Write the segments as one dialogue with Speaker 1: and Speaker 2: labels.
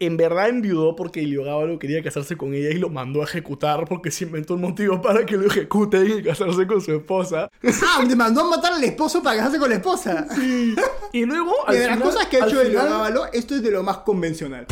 Speaker 1: en verdad enviudó porque Iliogábalo quería casarse con ella y lo mandó a ejecutar porque se inventó un motivo para que lo ejecuten y casarse con su esposa.
Speaker 2: ¡Ah! Le mandó a matar al esposo para casarse con la esposa.
Speaker 1: Sí. Y luego,
Speaker 2: Y
Speaker 1: al
Speaker 2: de las
Speaker 1: final-
Speaker 2: cosas que ha
Speaker 1: al
Speaker 2: hecho el
Speaker 1: final-
Speaker 2: Gábalo, esto es de lo más convencional.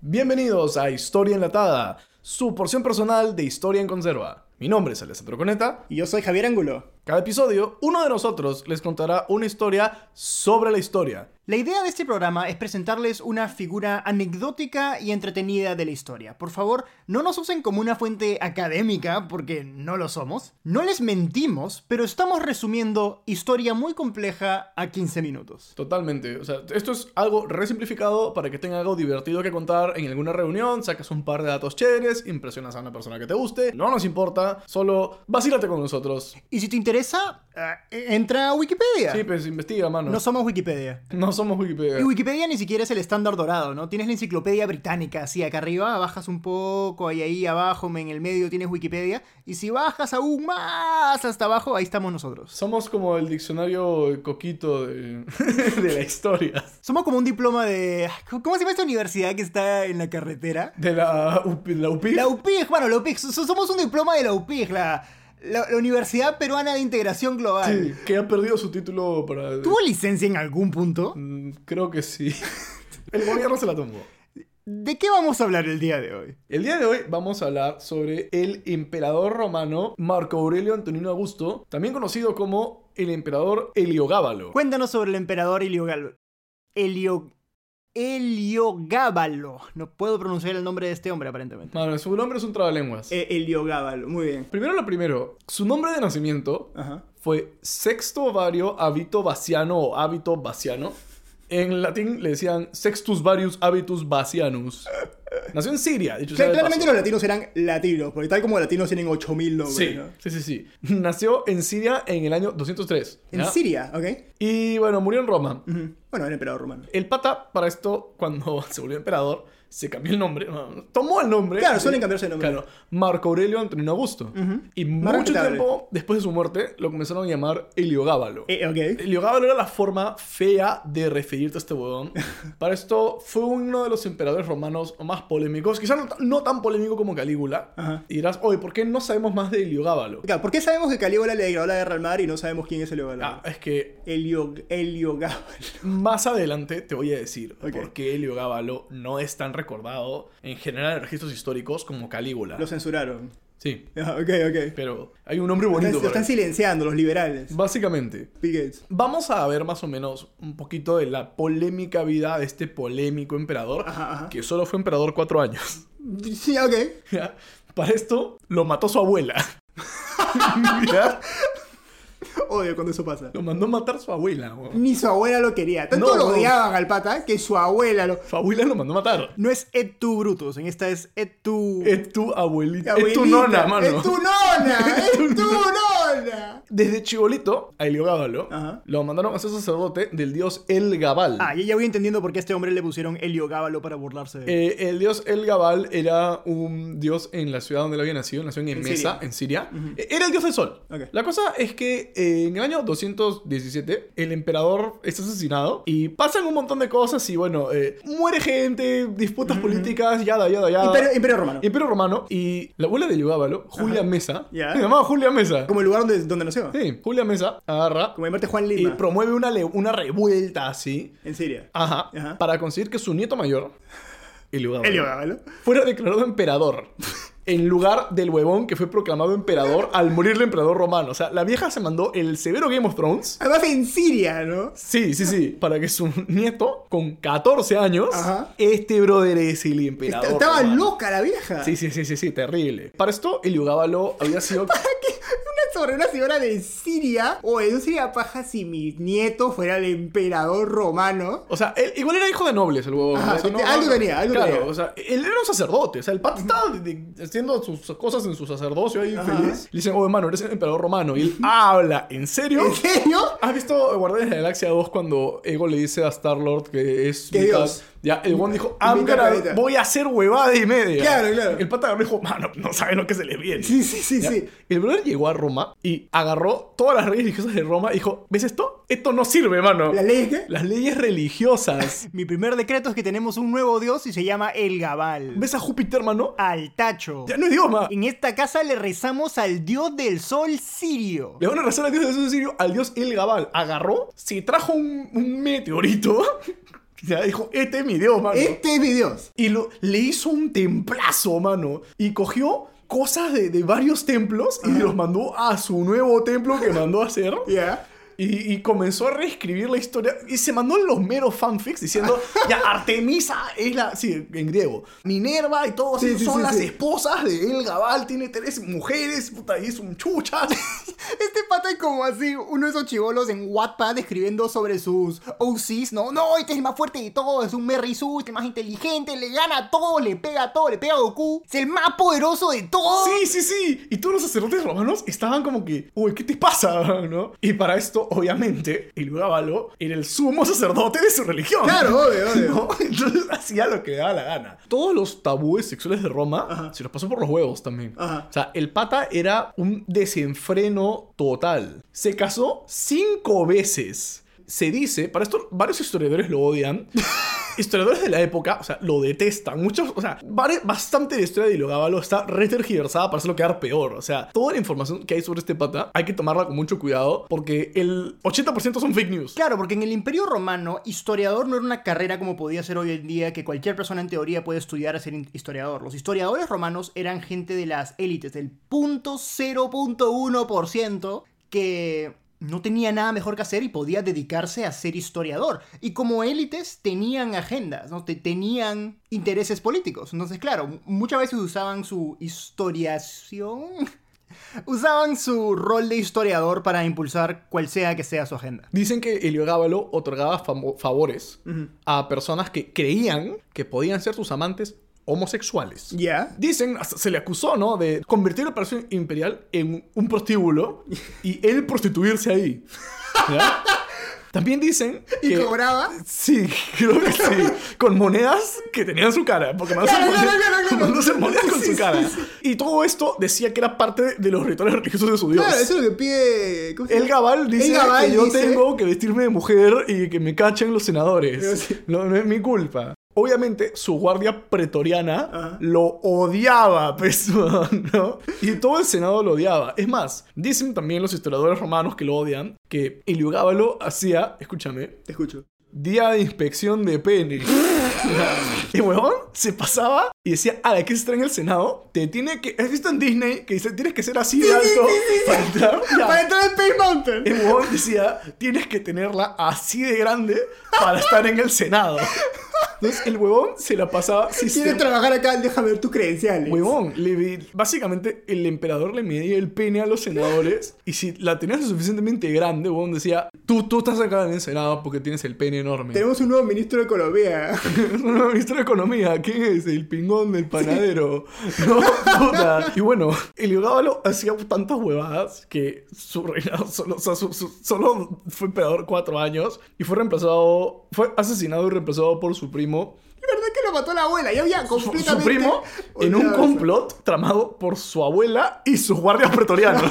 Speaker 1: Bienvenidos a Historia Enlatada, su porción personal de Historia en Conserva. Mi nombre es Alessandro Coneta.
Speaker 2: Y yo soy Javier Ángulo.
Speaker 1: Cada episodio, uno de nosotros les contará una historia sobre la historia.
Speaker 2: La idea de este programa es presentarles una figura anecdótica y entretenida de la historia. Por favor, no nos usen como una fuente académica, porque no lo somos. No les mentimos, pero estamos resumiendo historia muy compleja a 15 minutos.
Speaker 1: Totalmente. O sea, esto es algo resimplificado para que tenga algo divertido que contar en alguna reunión, sacas un par de datos chéveres, impresionas a una persona que te guste, no nos importa, solo vacílate con nosotros.
Speaker 2: Y si te interesa, ah, e- entra a Wikipedia.
Speaker 1: Sí, pues investiga, mano.
Speaker 2: No
Speaker 1: No,
Speaker 2: somos Wikipedia.
Speaker 1: somos Wikipedia.
Speaker 2: Y Wikipedia ni siquiera es el estándar dorado, ¿no? Tienes la enciclopedia británica, así acá arriba, bajas un poco, ahí ahí abajo, en el medio tienes Wikipedia, y si bajas aún más hasta abajo, ahí estamos nosotros.
Speaker 1: Somos como el diccionario coquito de, de la historia.
Speaker 2: Somos como un diploma de... ¿Cómo se llama esta universidad que está en la carretera?
Speaker 1: De la, UP, la UPI.
Speaker 2: La UPIG, bueno, la UPIG, so- so- somos un diploma de la UPIG, la, la- la Universidad Peruana de Integración Global.
Speaker 1: Sí, que ha perdido su título para...
Speaker 2: ¿Tuvo licencia en algún punto?
Speaker 1: Mm, Creo que sí. El gobierno se la tomó.
Speaker 2: ¿De qué vamos a hablar el día de hoy?
Speaker 1: El día de hoy vamos a hablar sobre el emperador romano Marco Aurelio Antonino Augusto, también conocido como el emperador Heliogábalo.
Speaker 2: Cuéntanos sobre el emperador Heliogábalo. Helio... Heliogábalo. No puedo pronunciar el nombre de este hombre, aparentemente.
Speaker 1: Mano, su nombre es un trabalenguas.
Speaker 2: Eh. Heliogábalo, muy bien.
Speaker 1: Primero lo primero, su nombre de nacimiento
Speaker 2: Ajá.
Speaker 1: fue Sexto Vario Habito Vaciano o Hábito Vaciano. En latín le decían Sextus Varius Habitus Vacianus. Nació en Siria, dicho sea de
Speaker 2: claramente
Speaker 1: paso.
Speaker 2: los latinos eran latinos, porque tal como latinos tienen 8000 nombres.
Speaker 1: Sí,
Speaker 2: ¿no?
Speaker 1: sí, sí, sí. Nació en Siria en el año 203.
Speaker 2: En
Speaker 1: ¿ya?
Speaker 2: Siria, ¿ok?
Speaker 1: Y bueno, murió en Roma.
Speaker 2: Ujú. Bueno, era emperador romano.
Speaker 1: El pata, para esto, cuando se volvió emperador, se cambió el nombre. bueno, Tomó el nombre.
Speaker 2: Claro, suelen cambiarse de nombre.
Speaker 1: eh, Claro, Marco Aurelio Antonino Augusto. Y
Speaker 2: Más
Speaker 1: mucho
Speaker 2: respetable.
Speaker 1: tiempo después de su muerte, lo comenzaron a llamar Heliogábalo.
Speaker 2: Eh, ok.
Speaker 1: Heliogábalo era la forma fea de referirte a este huevón. Para esto, fue uno de los emperadores romanos más polémicos. Quizás no, tan- no tan polémico como Calígula.
Speaker 2: Ajá.
Speaker 1: Y dirás, oye, ¿por qué no sabemos más de Heliogábalo?
Speaker 2: Claro, ¿por qué sabemos que Calígula le declaró la guerra al mar y no sabemos quién es Heliogábalo?
Speaker 1: Ah, es que
Speaker 2: Helio- Heliogábalo.
Speaker 1: Más adelante te voy a decir
Speaker 2: Ok.
Speaker 1: por qué Heliogábalo no es tan recordado en general en registros históricos como Calígula.
Speaker 2: Lo censuraron.
Speaker 1: Sí,
Speaker 2: Ah, Ok, ok.
Speaker 1: pero hay un hombre bonito.
Speaker 2: Están- lo
Speaker 1: por ahí.
Speaker 2: están silenciando los liberales.
Speaker 1: Básicamente,
Speaker 2: Bill Gates.
Speaker 1: vamos a ver más o menos un poquito de la polémica vida de este polémico emperador
Speaker 2: Ajá, ajá.
Speaker 1: que solo fue emperador cuatro años.
Speaker 2: Sí, ok.
Speaker 1: ¿Ya? Para esto, lo mató su abuela. ¿Ya?
Speaker 2: Odio cuando eso pasa.
Speaker 1: Lo mandó a matar su abuela. weón.
Speaker 2: Ni su abuela lo quería. Tanto
Speaker 1: No.
Speaker 2: lo odiaban al pata que su abuela lo.
Speaker 1: Su abuela lo mandó a matar.
Speaker 2: No es et tu Brutus, en esta es et tu.
Speaker 1: Es tu abuelita.
Speaker 2: Abuelita.
Speaker 1: Es tu nona, mano.
Speaker 2: Es tu nona, es tu nona.
Speaker 1: Desde chibolito a Heliogábalo
Speaker 2: Ajá.
Speaker 1: lo mandaron a ser sacerdote del dios El Gabal.
Speaker 2: Ah, ya, ya voy entendiendo por qué a este hombre le pusieron Heliogábalo para burlarse de él.
Speaker 1: Eh, el dios El Gabal era un dios en la ciudad donde él había nacido, nació en Emesa,
Speaker 2: Siria.
Speaker 1: en Siria. Eh, Era el dios del sol.
Speaker 2: Ok.
Speaker 1: La cosa es que eh, en el año 217 el emperador es asesinado y pasan un montón de cosas y bueno, eh, muere gente, disputas políticas, yada, yada, yada.
Speaker 2: Imperio, eh, Imperio Romano.
Speaker 1: Imperio Romano y la abuela de Heliogábalo, Julia Mesa,
Speaker 2: Ya.
Speaker 1: se llamaba Julia Mesa.
Speaker 2: Como el lugar donde, donde nació.
Speaker 1: Sí, Julia Mesa agarra
Speaker 2: Como llamarte Juan
Speaker 1: y Ah,
Speaker 2: Lima.
Speaker 1: promueve una, le- una revuelta así.
Speaker 2: En Siria.
Speaker 1: Ajá,
Speaker 2: Ajá.
Speaker 1: Para conseguir que su nieto mayor, Heliogábalo,
Speaker 2: Heliogábalo.
Speaker 1: fuera declarado emperador. En lugar del huevón que fue proclamado emperador al morir el emperador romano. O sea, la vieja se mandó el severo Game of Thrones.
Speaker 2: Además en Siria, ¿no?
Speaker 1: Sí, sí, sí. Para que su nieto, con 14 años,
Speaker 2: Ajá.
Speaker 1: este brother es el
Speaker 2: Est-
Speaker 1: emperador.
Speaker 2: estaba
Speaker 1: romano.
Speaker 2: loca la vieja.
Speaker 1: Sí, sí, sí, sí, sí, terrible. Para esto, Heliogábalo había sido.
Speaker 2: Una sobre una señora de Siria. O eso sería paja si mi nieto fuera el emperador romano.
Speaker 1: O sea, él, igual era hijo de nobles el huevón.
Speaker 2: Ajá,
Speaker 1: O sea, no-
Speaker 2: algo
Speaker 1: no-
Speaker 2: tenía, algo
Speaker 1: claro,
Speaker 2: tenía.
Speaker 1: o sea, él era un sacerdote. O sea, el pata estaba de- de- haciendo sus cosas en su sacerdocio ahí
Speaker 2: Ajá.
Speaker 1: feliz. Le dicen, oh, hermano, eres el emperador romano. Y él habla, ¿en serio?
Speaker 2: ¿En serio?
Speaker 1: ¿Has visto Guardianes de la Galaxia 2 cuando Ego le dice a Star-Lord que es
Speaker 2: Que
Speaker 1: mitad
Speaker 2: Dios.
Speaker 1: Ya, el one dijo, "I'm
Speaker 3: Mitad
Speaker 1: gonna-
Speaker 3: carita.
Speaker 1: voy a hacer huevada y media.
Speaker 3: Claro, claro.
Speaker 1: El pata agarró y dijo, mano, no sabe lo que se le viene.
Speaker 3: Sí, sí, sí,
Speaker 1: ¿Ya?
Speaker 3: sí.
Speaker 1: El brother llegó a Roma y agarró todas las leyes religiosas de Roma y dijo, ¿ves esto? Esto no sirve, mano.
Speaker 3: ¿La ley es qué?
Speaker 1: Las leyes religiosas.
Speaker 2: Mi primer decreto es que tenemos un nuevo dios y se llama El Gabal.
Speaker 1: ¿Ves a Júpiter, mano?
Speaker 2: Al tacho.
Speaker 1: Ya no es Dios, ma.
Speaker 2: En esta casa le rezamos al dios del sol sirio.
Speaker 1: Le van a rezar al dios de Jesús Sirio, al dios El Gabal. Agarró, se trajo un, un meteorito. ya dijo, este es mi dios, mano.
Speaker 2: ¿Eh?
Speaker 3: Este es mi Dios.
Speaker 1: Y lo, le hizo un templazo, mano. Y cogió cosas de, de varios templos y los mandó a su nuevo templo que mandó a hacer.
Speaker 3: Ya.
Speaker 1: Y, y comenzó a reescribir la historia. Y se mandó los meros fanfics diciendo: Ya, Artemisa es la. Sí, en griego. Minerva y todos
Speaker 3: Sí,
Speaker 1: esos
Speaker 3: sí,
Speaker 1: son
Speaker 3: sí,
Speaker 1: las
Speaker 3: sí.
Speaker 1: esposas de El Gabal. Tiene tres mujeres. Puta, y es un chucha.
Speaker 2: Este pata es como así, uno de esos chivolos en Wattpad escribiendo sobre sus OCs, ¿no? No, este es el más fuerte de todos, es un Merry Suit, el más inteligente, le gana a todo, le pega a todo, le pega a Goku, es el más poderoso de todos.
Speaker 1: Sí, sí, sí. Y todos los sacerdotes romanos estaban como que, uy, ¿qué te pasa? ¿No? Y para esto, obviamente, el Gábalo era el sumo sacerdote de su religión.
Speaker 3: Claro, obvio, obvio.
Speaker 1: ¿No? Entonces hacía lo que le daba la gana. Todos los tabúes sexuales de Roma se los pasó por los huevos también.
Speaker 3: Ajá.
Speaker 1: O sea, el pata era un desenfreno total. Se casó cinco veces. Se dice, para esto varios historiadores lo odian. Historiadores de la época, o sea, lo detestan. Muchos, o sea, vari- bastante de historia de Ilogábalo está retergiversada para hacerlo quedar peor. O sea, toda la información que hay sobre este pata hay que tomarla con mucho cuidado porque el 80% son fake news.
Speaker 2: Claro, porque en el Imperio Romano, historiador no era una carrera como podía ser hoy en día, que cualquier persona en teoría puede estudiar a ser in- historiador. Los historiadores romanos eran gente de las élites, del punto 0.1% que no tenía nada mejor que hacer y podía dedicarse a ser historiador. Y como élites tenían agendas, ¿no? Te- tenían intereses políticos. Entonces, claro, m- muchas veces usaban su historiación. Usaban su rol de historiador para impulsar cual sea que sea su agenda.
Speaker 1: Dicen que Heliogábalo otorgaba famo- favores a personas que creían que podían ser sus amantes homosexuales.
Speaker 3: Ya.
Speaker 1: Dicen, hasta se le acusó, ¿no? De convertir la operación imperial en un prostíbulo y él prostituirse ahí. ¿Ya? También dicen
Speaker 3: Y
Speaker 1: que...
Speaker 3: cobraba.
Speaker 1: Sí, creo que sí. Con monedas que tenían su cara. Porque mandaban
Speaker 3: Claro,
Speaker 1: monedas,
Speaker 3: claro, claro, claro.
Speaker 1: mandaban monedas con
Speaker 3: Sí,
Speaker 1: su
Speaker 3: sí,
Speaker 1: cara. Y todo esto decía que era parte de los rituales religiosos de su dios.
Speaker 3: Claro, eso es lo que pide. ¿cómo se
Speaker 1: El
Speaker 3: llama?
Speaker 1: Gabal dice
Speaker 3: El Gabal
Speaker 1: que yo
Speaker 3: dice-
Speaker 1: tengo que vestirme de mujer y que me cachen los
Speaker 3: Pero
Speaker 1: senadores.
Speaker 3: sí.
Speaker 1: No, no es mi culpa. Obviamente, su guardia pretoriana
Speaker 3: Ajá.
Speaker 1: lo odiaba, pues, ¿no? Y todo el Senado lo odiaba. Es más, dicen también los historiadores romanos que lo odian, que Iliugábalo hacía, escúchame,
Speaker 3: Te escucho.
Speaker 1: día de inspección de pene. y huevón se pasaba y decía, "Ah, a la que está en el Senado, te tiene que... ¿Has visto en Disney que dice, tienes que ser así de alto para entrar? Ya.
Speaker 3: Ah, Para entrar en Space Mountain.
Speaker 1: El huevón decía, tienes que tenerla así de grande para estar en el Senado. Entonces el huevón se la pasaba...
Speaker 3: Quiere
Speaker 1: sistem-
Speaker 3: trabajar acá, déjame ver tus credenciales.
Speaker 1: Huevón, le vi- básicamente el emperador le medía el pene a los senadores y si la tenías lo suficientemente grande, huevón decía, tú, tú estás acá en el Senado porque tienes el pene enorme.
Speaker 3: Tenemos un nuevo ministro de Economía.
Speaker 1: Es un nuevo ministro de Economía, ¿quién es? El pingón del panadero. No, puta. Y bueno, Heliogábalo hacía tantas huevadas que su reinado solo, o sea, su- su- solo fue emperador cuatro años y fue reemplazado, fue asesinado y reemplazado por su primo.
Speaker 3: La verdad que lo mató la abuela, ya había
Speaker 1: Su,
Speaker 3: completamente.
Speaker 1: su primo en un
Speaker 3: olvidado eso.
Speaker 1: complot tramado por su abuela y sus guardias pretorianos.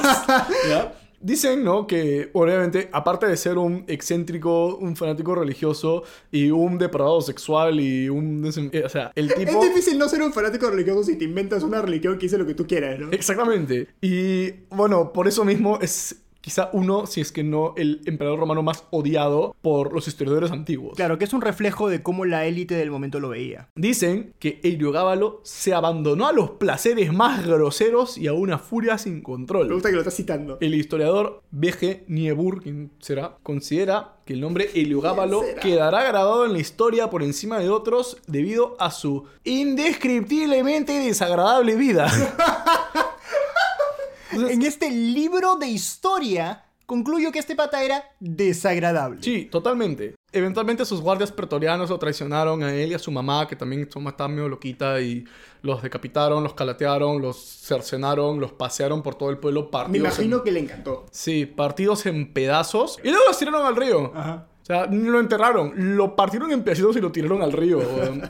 Speaker 1: ¿Ya? Dicen, ¿no? Que obviamente, aparte de ser un excéntrico, un fanático religioso y un depravado sexual y un... desen- eh, O sea, el tipo...
Speaker 3: Es difícil no ser un fanático religioso si te inventas una religión que dice lo que tú quieras,
Speaker 1: Eh,
Speaker 3: ¿no?
Speaker 1: Exactamente. Y bueno, por eso mismo es quizá uno, si es que no, el emperador romano más odiado por los historiadores antiguos.
Speaker 2: Claro, que es un reflejo de cómo la élite del momento lo veía.
Speaker 1: Dicen que Heliogábalo se abandonó a los placeres más groseros y a una furia sin
Speaker 3: Me
Speaker 1: control.
Speaker 3: gusta que lo estás citando.
Speaker 1: El historiador B.G. Niebuhr, quien será, considera que el nombre Heliogábalo
Speaker 3: ¿Quién será?
Speaker 1: quedará grabado en la historia por encima de otros debido a su indescriptiblemente desagradable vida.
Speaker 2: En este libro de historia, concluyo que este pata era desagradable.
Speaker 1: Sí, totalmente. Eventualmente sus guardias pretorianos lo traicionaron a él y a su mamá, que también su mamá estaba medio loquita, y los decapitaron, los calatearon, los cercenaron, los pasearon por todo el pueblo
Speaker 3: Me
Speaker 1: partidos. en-
Speaker 3: imagino que le encantó.
Speaker 1: Sí, partidos en pedazos. Y luego los tiraron al río.
Speaker 3: Ajá.
Speaker 1: sea, lo enterraron, lo partieron en pedacitos y lo tiraron al río. weón.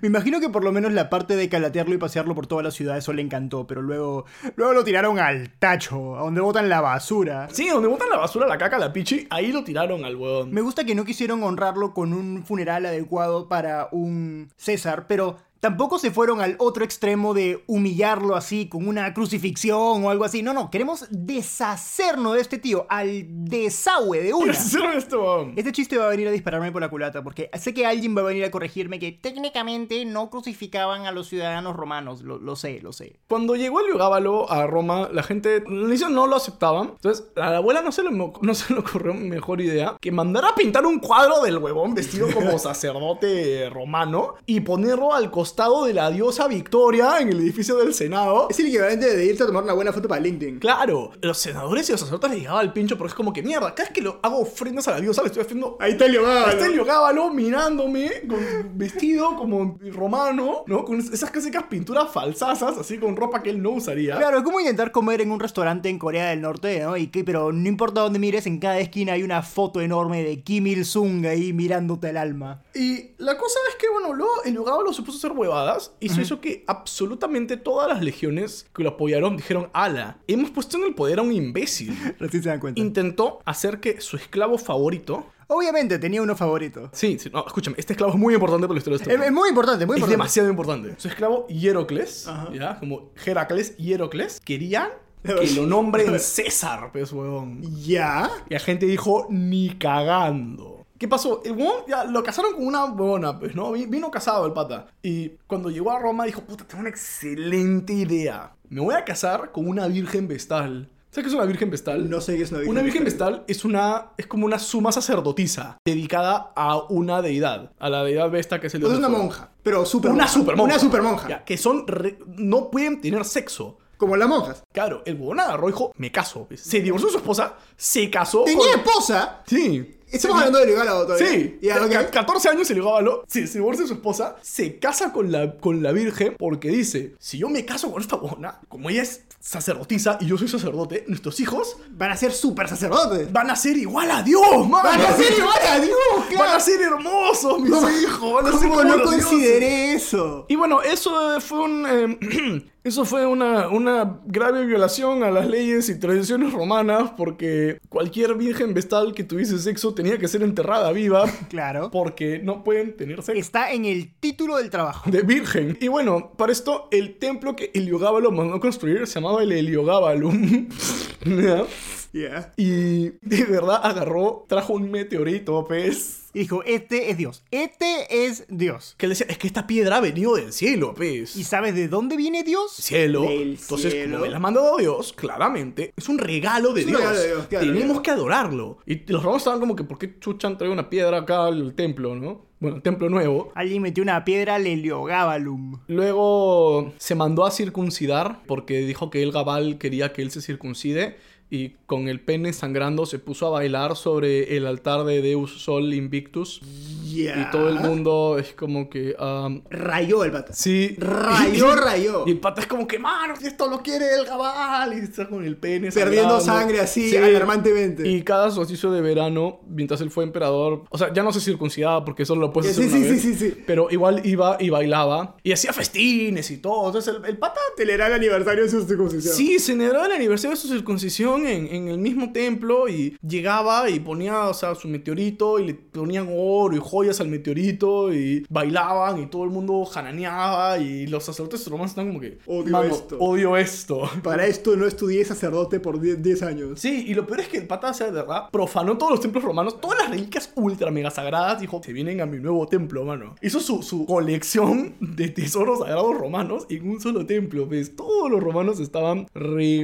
Speaker 2: Me imagino que por lo menos la parte de calatearlo y pasearlo por toda la ciudad, eso le encantó, pero luego, luego lo tiraron al tacho, a donde botan la basura.
Speaker 1: sí, donde botan la basura, la caca, la pichi, ahí lo tiraron al weón.
Speaker 2: Me gusta que no quisieron honrarlo con un funeral adecuado para un César, pero tampoco se fueron al otro extremo de humillarlo así con una crucifixión o algo así. No, no, queremos deshacernos de este tío al desagüe de una.
Speaker 1: Hicieron esto, weón.
Speaker 2: Este chiste va a venir a dispararme por la culata, porque sé que alguien va a venir a corregirme que técnicamente no crucificaban a los ciudadanos romanos. Lo, lo sé, lo sé.
Speaker 1: Cuando llegó el Gábalo a Roma, la gente al inicio no lo aceptaban. Entonces, a la abuela no se le, mo- no se le ocurrió mejor idea que mandar a pintar un cuadro del huevón vestido como sacerdote romano y ponerlo al costado de la diosa Victoria en el edificio del Senado.
Speaker 3: Es el equivalente de irte a tomar una buena foto para LinkedIn.
Speaker 1: Claro, los senadores y los sacerdotes les llegaba el pincho porque es como que mierda, cada vez que lo hago ofrendas a la diosa le estoy haciendo
Speaker 3: Ahí está el
Speaker 1: a
Speaker 3: Leonardo.
Speaker 1: Estelio Gábalo mirándome con vestido como romano, ¿no? Con esas clásicas pinturas falsasas, así con ropa que él no usaría.
Speaker 2: Claro, es como intentar comer en un restaurante en Corea del Norte, ¿no? Y que, pero no importa dónde mires, en cada esquina hay una foto enorme de Kim Il-sung ahí mirándote el alma.
Speaker 1: Y la cosa es que, bueno, luego el Gábalo se puso a hacer huevadas y eso hizo que absolutamente todas las legiones que lo apoyaron dijeron, ala, hemos puesto en el poder a un imbécil.
Speaker 2: Recién se dan cuenta.
Speaker 1: Intentó hacer que su esclavo favorito...
Speaker 2: Obviamente, tenía uno favorito.
Speaker 1: Sí, sí, no, escúchame, este esclavo es muy importante para la historia de este
Speaker 2: Es,
Speaker 1: mundo.
Speaker 2: es muy importante, muy
Speaker 1: Es
Speaker 2: importante.
Speaker 1: demasiado importante. Su esclavo Hierocles, ¿ya? Como Heracles, Hierocles, querían que lo nombren César, pues, huevón.
Speaker 3: ¿Ya?
Speaker 1: Y la gente dijo, ni cagando. ¿Qué pasó? El huevón ya lo casaron con una huevona, pues, ¿no? Vi- Vino casado el pata. Y cuando llegó a Roma dijo, puta, tengo una excelente idea. Me voy a casar con una virgen vestal. ¿Sabes qué es una virgen vestal?
Speaker 3: No sé qué es una virgen.
Speaker 1: Una virgen vestal es una es como una suma sacerdotisa dedicada a una deidad, a la deidad Vesta que es el dios
Speaker 3: Pues es
Speaker 1: del
Speaker 3: una
Speaker 1: fuego.
Speaker 3: monja, pero super
Speaker 1: Una
Speaker 3: monja.
Speaker 1: supermonja.
Speaker 3: Una supermonja.
Speaker 1: Ya, que son. re- no pueden tener sexo.
Speaker 3: Como las monjas.
Speaker 1: Claro, el huevón agarró y dijo: Me caso. Se divorció de su esposa, se casó.
Speaker 3: Tenía
Speaker 1: con-
Speaker 3: esposa.
Speaker 1: Sí.
Speaker 3: Estamos
Speaker 1: Tenía-
Speaker 3: hablando de ¿eh? Leonardo todavía.
Speaker 1: Sí,
Speaker 3: Ya,
Speaker 1: Ca-
Speaker 3: ok.
Speaker 1: 14 años se ligó a Balo, se, se divorcia de su esposa, se casa con la, con la virgen porque dice, si yo me caso con esta buena, como ella es sacerdotisa y yo soy sacerdote, nuestros hijos
Speaker 3: Van a ser super sacerdotes.
Speaker 1: van a ser igual a Dios, mano.
Speaker 3: Van a ser igual a Dios, claro.
Speaker 1: Van a ser hermosos, mis
Speaker 3: No,
Speaker 1: hijos, van a ser
Speaker 3: ¿Cómo
Speaker 1: como
Speaker 3: no
Speaker 1: los dioses.
Speaker 3: consideré eso?
Speaker 1: Y bueno, eso eh, fue un eh, eso fue una, una grave violación a las leyes y tradiciones romanas porque cualquier virgen vestal que tuviese sexo tenía que ser enterrada viva
Speaker 2: Claro.
Speaker 1: porque no pueden tener sexo
Speaker 2: Está en el título del trabajo.
Speaker 1: de virgen. Y bueno, para esto el templo que Heliogábalo mandó construir se llamaba el Heliogábalum. ¿Ya?
Speaker 3: Ya.
Speaker 1: y de verdad agarró, trajo un meteorito, pez.
Speaker 2: Y dijo, este es Dios. Este es Dios.
Speaker 1: Que le decía, es que esta piedra ha venido del cielo, pues". pez.
Speaker 2: ¿Y sabes de dónde viene Dios?
Speaker 1: cielo.
Speaker 3: Del
Speaker 1: Entonces,
Speaker 3: cielo.
Speaker 1: como él ha mandado a Dios, claramente, es un regalo de
Speaker 3: Es un
Speaker 1: Dios.
Speaker 3: regalo de Dios, claro,
Speaker 1: Tenemos
Speaker 3: claro.
Speaker 1: que adorarlo. Y los romanos estaban como que, ¿por qué chuchan trae una piedra acá al templo, no? Bueno, el templo nuevo.
Speaker 2: Alguien metió una piedra al Heliogábalum.
Speaker 1: Luego se mandó a circuncidar porque dijo que el Gabal quería que él se circuncide. Y con el pene sangrando se puso a bailar sobre el altar de Deus Sol Invictus.
Speaker 3: Ya.
Speaker 1: Y todo el mundo es como que... um, am,
Speaker 3: Rayó el pata.
Speaker 1: Sí.
Speaker 3: Rayó, rayó.
Speaker 1: Y el pata es como que, mano, si esto lo quiere el gabal. Y está con el pene.
Speaker 3: Perdiendo
Speaker 1: sangrando.
Speaker 3: sangre así,
Speaker 1: Sí.
Speaker 3: alarmantemente.
Speaker 1: Y cada solsticio de verano, mientras él fue emperador, o sea, ya no se circuncidaba porque eso lo puedes
Speaker 3: Sí,
Speaker 1: hacer
Speaker 3: sí,
Speaker 1: una
Speaker 3: sí,
Speaker 1: vez,
Speaker 3: sí, sí.
Speaker 1: Pero igual iba y bailaba. Y hacía festines y todo. Entonces el, el pata
Speaker 3: Acelerá el aniversario de su circuncisión.
Speaker 1: Sí, celebraba el aniversario de su circuncisión en, en el mismo templo y llegaba y ponía, o sea, su meteorito y le ponían oro y joyas al meteorito y bailaban y todo el mundo jananeaba y los sacerdotes romanos están como que...
Speaker 3: Odio
Speaker 1: "Mano,
Speaker 3: esto".
Speaker 1: Odio esto.
Speaker 3: Para esto no estudié sacerdote por 10 10 años.
Speaker 1: Sí, y lo peor es que el pata, o sea, de verdad, profanó todos los templos romanos, todas las reliquias ultra mega sagradas, dijo, se vienen a mi nuevo templo, mano. Hizo su, su colección de tesoros sagrados romanos en un solo templo, ¿ves? Todos los romanos estaban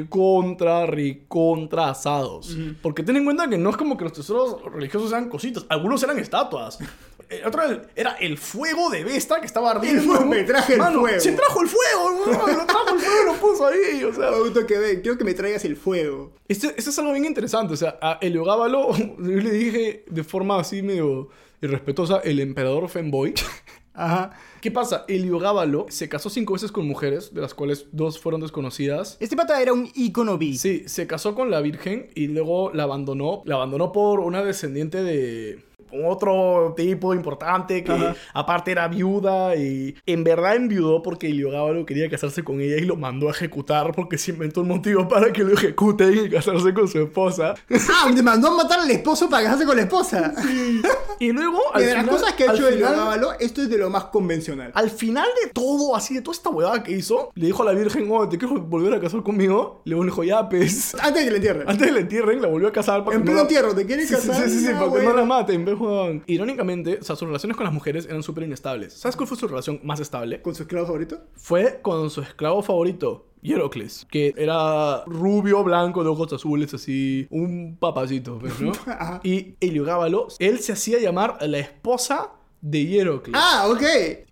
Speaker 1: recontra, recontra asados. Porque ten en cuenta que no es como que los tesoros religiosos sean cositas, algunos eran estatuas. El otro era el fuego de Vesta que estaba ardiendo.
Speaker 3: fuego, me traje el
Speaker 1: Mano,
Speaker 3: fuego.
Speaker 1: Se trajo el fuego, mano, lo trajo el fuego, lo puso ahí, o sea.
Speaker 3: Auto que ven, quiero que me traigas el fuego.
Speaker 1: Esto, esto es algo bien interesante. O sea, a Helio Gábalo, yo le dije de forma así medio irrespetuosa, el emperador Femboy.
Speaker 2: Ajá.
Speaker 1: ¿Qué pasa? Helio Gábalo se casó cinco veces con mujeres, de las cuales dos fueron desconocidas.
Speaker 2: Este pata era un ícono bi.
Speaker 1: Sí, se casó con la Virgen y luego la abandonó. La abandonó por una descendiente de con otro tipo importante que
Speaker 3: Ajá.
Speaker 1: aparte era viuda y en verdad enviudó porque Heliogábalo quería casarse con ella y lo mandó a ejecutar porque se inventó un motivo para que lo ejecuten y casarse con su esposa.
Speaker 2: ¡Ah! Me mandó a matar al esposo para casarse con la esposa.
Speaker 1: Y luego, al
Speaker 3: De las
Speaker 1: final-
Speaker 3: cosas que ha
Speaker 1: al
Speaker 3: hecho el
Speaker 1: final-
Speaker 3: Gábalo, esto es de lo más convencional.
Speaker 1: Al final de todo, así de toda esta huevada que hizo, le dijo a la Virgen, oh, te quiero volver a casar conmigo. Le dijo, ya, pues.
Speaker 3: Antes de que le entierren.
Speaker 1: Antes de la entierren, la volvió a casar para
Speaker 3: En
Speaker 1: que
Speaker 3: pleno
Speaker 1: no la-
Speaker 3: entierro, ¿te quieres
Speaker 1: Sí, sí,
Speaker 3: casar?
Speaker 1: sí, sí, sí,
Speaker 3: Ah,
Speaker 1: para que
Speaker 3: bueno.
Speaker 1: no la maten, ve, huevón. Irónicamente, o sea, sus relaciones con las mujeres eran súper inestables. ¿Sabes cuál fue su relación más estable?
Speaker 3: ¿Con su esclavo favorito?
Speaker 1: Fue con su esclavo favorito, Hierocles, que era rubio, blanco, de ojos azules, así, un papacito, pues, ¿no?
Speaker 3: Ajá.
Speaker 1: y Heliogábalo, él se hacía llamar la esposa de Hierocles.
Speaker 3: Ah, ok.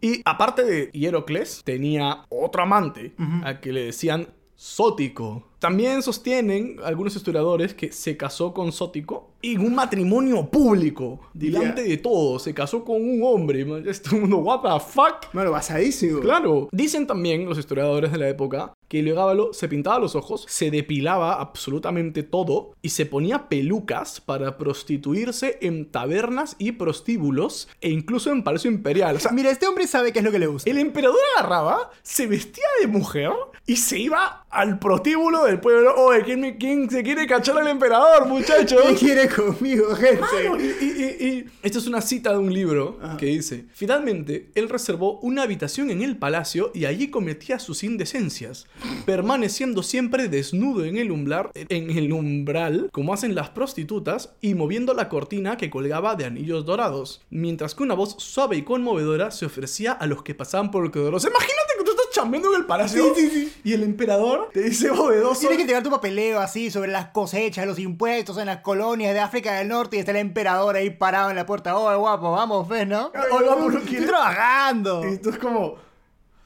Speaker 1: Y aparte de Hierocles, tenía otro amante a que le decían Sótico. También sostienen algunos historiadores que se casó con Sótico en un matrimonio público, delante de todo. Se casó con un hombre. man. Este mundo, what the fuck.
Speaker 3: Mano, basadísimo.
Speaker 1: Claro. Dicen también los historiadores de la época que Heliogábalo se pintaba los ojos, se depilaba absolutamente todo y se ponía pelucas para prostituirse en tabernas y prostíbulos e incluso en Palacio Imperial. O sea,
Speaker 2: Mira, este hombre sabe qué es lo que le gusta.
Speaker 1: el emperador agarraba, se vestía de mujer y se iba al prostíbulo del pueblo. Oye, ¿quién, me- quién se quiere cachar al emperador,
Speaker 3: ¿Qué
Speaker 1: muchachos?
Speaker 3: quiere conmigo, gente?
Speaker 1: Claro, y, y- y- y- Esta es una cita de un libro que dice: Finalmente, él reservó una habitación en el palacio y allí cometía sus indecencias, permaneciendo siempre desnudo en el, umbral, en el umbral, como hacen las prostitutas, y moviendo la cortina que colgaba de anillos dorados, mientras que una voz suave y conmovedora se ofrecía a los que pasaban por el corredor. O sea, imagínate que tú estás chambeando en el palacio
Speaker 3: Sí, sí, sí.
Speaker 1: y el emperador te dice bovedoso.
Speaker 2: Tienes que tirar tu papeleo así sobre las cosechas, los impuestos en las colonias de África del Norte y está el emperador ahí parado en la puerta. ¡Oh, guapo! Vamos, ves, ¿no?
Speaker 1: Ay, guapo, ¿no
Speaker 2: Estoy
Speaker 1: quieres?
Speaker 2: trabajando.
Speaker 1: Y tú es como,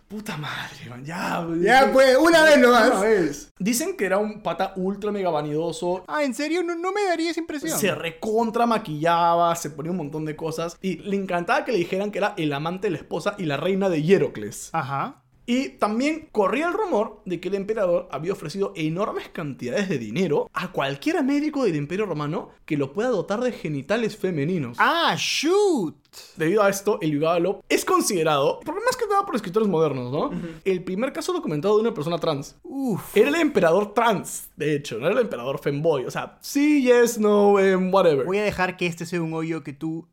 Speaker 1: puta madre, man, ya.
Speaker 3: Ya, pues, una vez nomás.
Speaker 1: Una vez. Dicen que era un pata ultra mega vanidoso.
Speaker 2: Ah, ¿en serio? No, no me daría esa impresión.
Speaker 1: Se recontra maquillaba, se ponía un montón de cosas. Y le encantaba que le dijeran que era el amante, la esposa y la reina de Hierocles.
Speaker 2: Ajá.
Speaker 1: Y también corría el rumor de que el emperador había ofrecido enormes cantidades de dinero a cualquier médico del imperio romano que lo pueda dotar de genitales femeninos.
Speaker 2: Ah, shoot.
Speaker 1: Debido a esto, el Yugalop es considerado, por más que nada por escritores modernos, ¿no? El primer caso documentado de una persona trans.
Speaker 2: Uf.
Speaker 1: Era el emperador trans, de hecho, no era el emperador femboy. O sea, sí, yes, no, em, whatever.
Speaker 2: Voy a dejar que este sea un hoyo que tú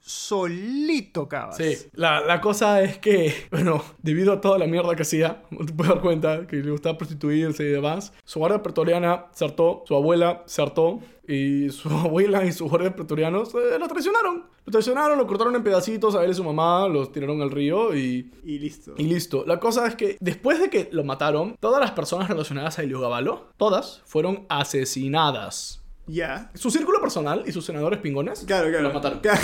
Speaker 2: solito cavas.
Speaker 1: Sí, la, la cosa es que, bueno, debido a toda la mierda que hacía, como te puedes dar cuenta, que le gustaba prostituirse y demás, su guardia pretoriana se hartó, su abuela se hartó, y su abuela y su guardia pretorianos eh, lo traicionaron. Lo traicionaron, lo cortaron en pedacitos a él y su mamá, los tiraron al río y
Speaker 3: Y listo.
Speaker 1: Y listo. La cosa es que después de que lo mataron, todas las personas relacionadas a Heliogábalo, todas, fueron asesinadas.
Speaker 3: Ya.
Speaker 1: Su círculo personal y sus senadores pingones
Speaker 3: Claro, claro.
Speaker 1: los mataron.
Speaker 3: Claro.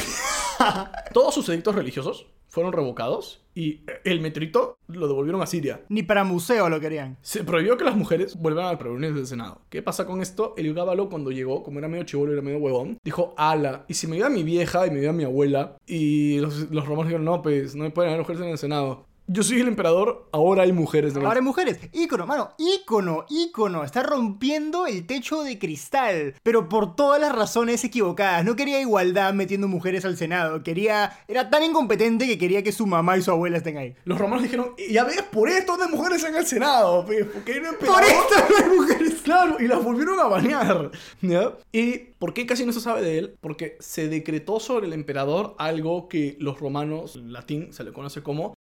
Speaker 1: Todos sus edictos religiosos fueron revocados y el metrito lo devolvieron a Siria.
Speaker 2: Ni para museo lo querían.
Speaker 1: Se prohibió que las mujeres vuelvan al reuniones del Senado. ¿Qué pasa con esto? Heliogábalo, cuando llegó, como era medio chivolo y era medio huevón, dijo, ala, y si me iba mi vieja y me iba mi abuela, y los, los romanos dijeron, no, pues, no pueden haber mujeres en el Senado. Yo soy el emperador, ahora hay mujeres en el
Speaker 2: Ahora mujeres, ícono, mano, ícono, ícono, está rompiendo el techo de cristal, pero por todas las razones equivocadas. No quería igualdad metiendo mujeres al Senado, quería, era tan incompetente que quería que su mamá y su abuela estén ahí.
Speaker 1: Los romanos dijeron, ya ves, por esto no hay mujeres en el Senado, pe, porque hay un emperador.
Speaker 3: Por esto no hay mujeres.
Speaker 1: Claro, y las volvieron a banear. ¿ya? ¿Y por qué casi no se sabe de él? Porque se decretó sobre el emperador algo que los romanos, en latín, se le conoce como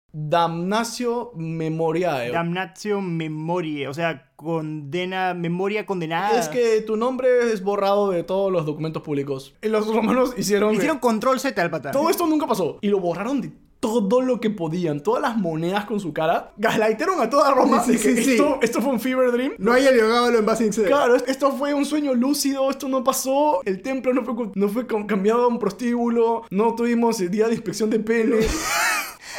Speaker 1: damnatio memoriae.
Speaker 2: Damnatio memoria, o sea, condena, memoria condenada.
Speaker 1: es que tu nombre es borrado de todos los documentos públicos. Y los romanos hicieron...
Speaker 2: hicieron control Z al pata.
Speaker 1: Todo esto nunca pasó. Y lo borraron de todo lo que podían. Todas las monedas con su cara. Gaslightieron a toda Roma.
Speaker 3: Sí,
Speaker 1: de que
Speaker 3: sí, sí.
Speaker 1: Esto, esto fue un fever dream.
Speaker 3: No hay el Gábalo en base Incel.
Speaker 1: Claro, est- esto fue un sueño lúcido, esto no pasó, el templo no fue, cu- no fue cam- cambiado a un prostíbulo, no tuvimos el día de inspección de pene.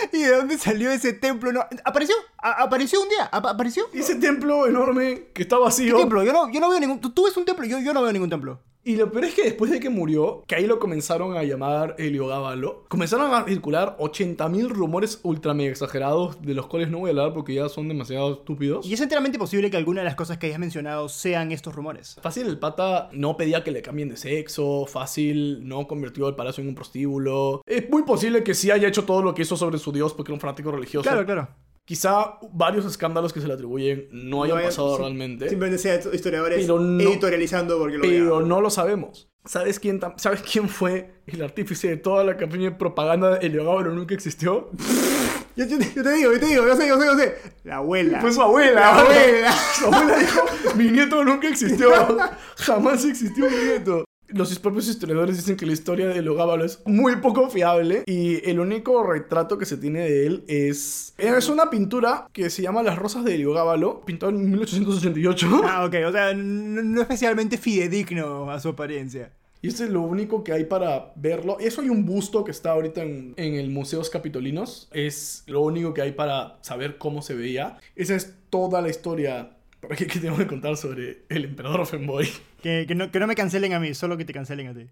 Speaker 2: ¿Y de dónde salió ese templo? No, apareció, a- apareció un día, apa- apareció.
Speaker 1: Ese templo enorme que está
Speaker 2: ¿Qué
Speaker 1: vacío.
Speaker 2: templo? Yo no, yo no veo ningún. Tú, tú ves un templo, yo, yo no veo ningún templo.
Speaker 1: Y lo peor es que después de que murió, que ahí lo comenzaron a llamar Heliogábalo, comenzaron a circular 80.000 rumores ultra mega exagerados, de los cuales no voy a hablar porque ya son demasiado estúpidos.
Speaker 2: Y es enteramente posible que alguna de las cosas que hayas mencionado sean estos rumores.
Speaker 1: Fácil, el pata no pedía que le cambien de sexo, fácil, no convirtió el palacio en un prostíbulo. Es muy posible que sí haya hecho todo lo que hizo sobre su dios porque era un fanático religioso.
Speaker 2: Claro, claro.
Speaker 1: Quizá varios escándalos que se le atribuyen no hayan
Speaker 3: No hay-
Speaker 1: pasado
Speaker 3: sí.
Speaker 1: realmente.
Speaker 3: Simplemente sea historiadores
Speaker 1: Pero no-
Speaker 3: editorializando porque lo
Speaker 1: Pero
Speaker 3: vean.
Speaker 1: no lo sabemos. ¿Sabes quién, tam- ¿Sabes quién fue el artífice de toda la campaña de propaganda de Heliogábalo nunca existió?
Speaker 3: Yo, yo te- yo te digo, yo te digo, yo sé, yo sé, yo sé. La abuela.
Speaker 1: Fue su abuela.
Speaker 3: La abuela.
Speaker 1: Su abuela dijo, mi nieto nunca existió. Jamás existió mi nieto. Los propios historiadores dicen que la historia de Heliogábalo es muy poco fiable y el único retrato que se tiene de él es... Es una pintura que se llama Las Rosas de Heliogábalo, pintada en 1888.
Speaker 2: Ah, ok, o sea, no, no especialmente fidedigno a su apariencia.
Speaker 1: Y este es lo único que hay para verlo. Eso hay un busto que está ahorita en, en el Museos Capitolinos. Es lo único que hay para saber cómo se veía. Esa es toda la historia para que, que tengo que contar sobre el emperador Femboy.
Speaker 2: Que, que no, que no me cancelen a mí, solo que te cancelen a ti.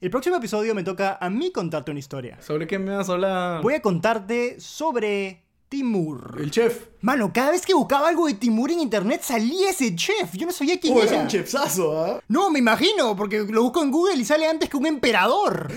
Speaker 2: El próximo episodio me toca a mí contarte una historia.
Speaker 1: ¿Sobre qué me vas a hablar?
Speaker 2: Voy a contarte sobre Timur.
Speaker 1: El chef.
Speaker 2: Mano, cada vez que buscaba algo de Timur en internet salía ese chef. Yo no sabía quién
Speaker 1: Oh, es
Speaker 2: era.
Speaker 1: un chefsazo, ¿ah?
Speaker 2: No, me imagino, porque lo busco en Google y sale antes que un emperador.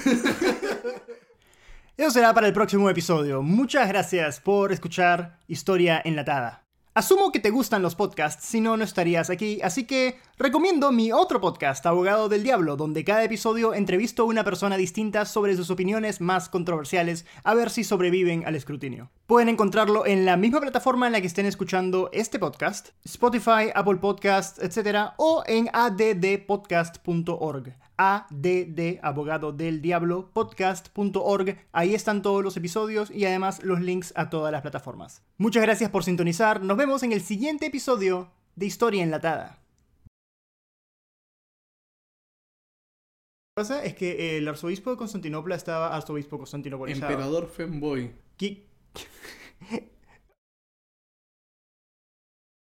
Speaker 2: Eso será para el próximo episodio. Muchas gracias por escuchar Historia Enlatada. Asumo que te gustan los podcasts, si no, no estarías aquí, así que recomiendo mi otro podcast, Abogado del Diablo, donde cada episodio entrevisto a una persona distinta sobre sus opiniones más controversiales, a ver si sobreviven al escrutinio. Pueden encontrarlo en la misma plataforma en la que estén escuchando este podcast, Spotify, Apple Podcasts, etc., o en addpodcast.org. ADD, Abogado del Diablo, podcast.org. Ahí están todos los episodios y además los links a todas las plataformas. Muchas gracias por sintonizar. Nos vemos en el siguiente episodio de Historia Enlatada. Lo que pasa es que el arzobispo de Constantinopla estaba arzobispo constantinopolizado.
Speaker 1: Femboy.
Speaker 2: ¿Qué?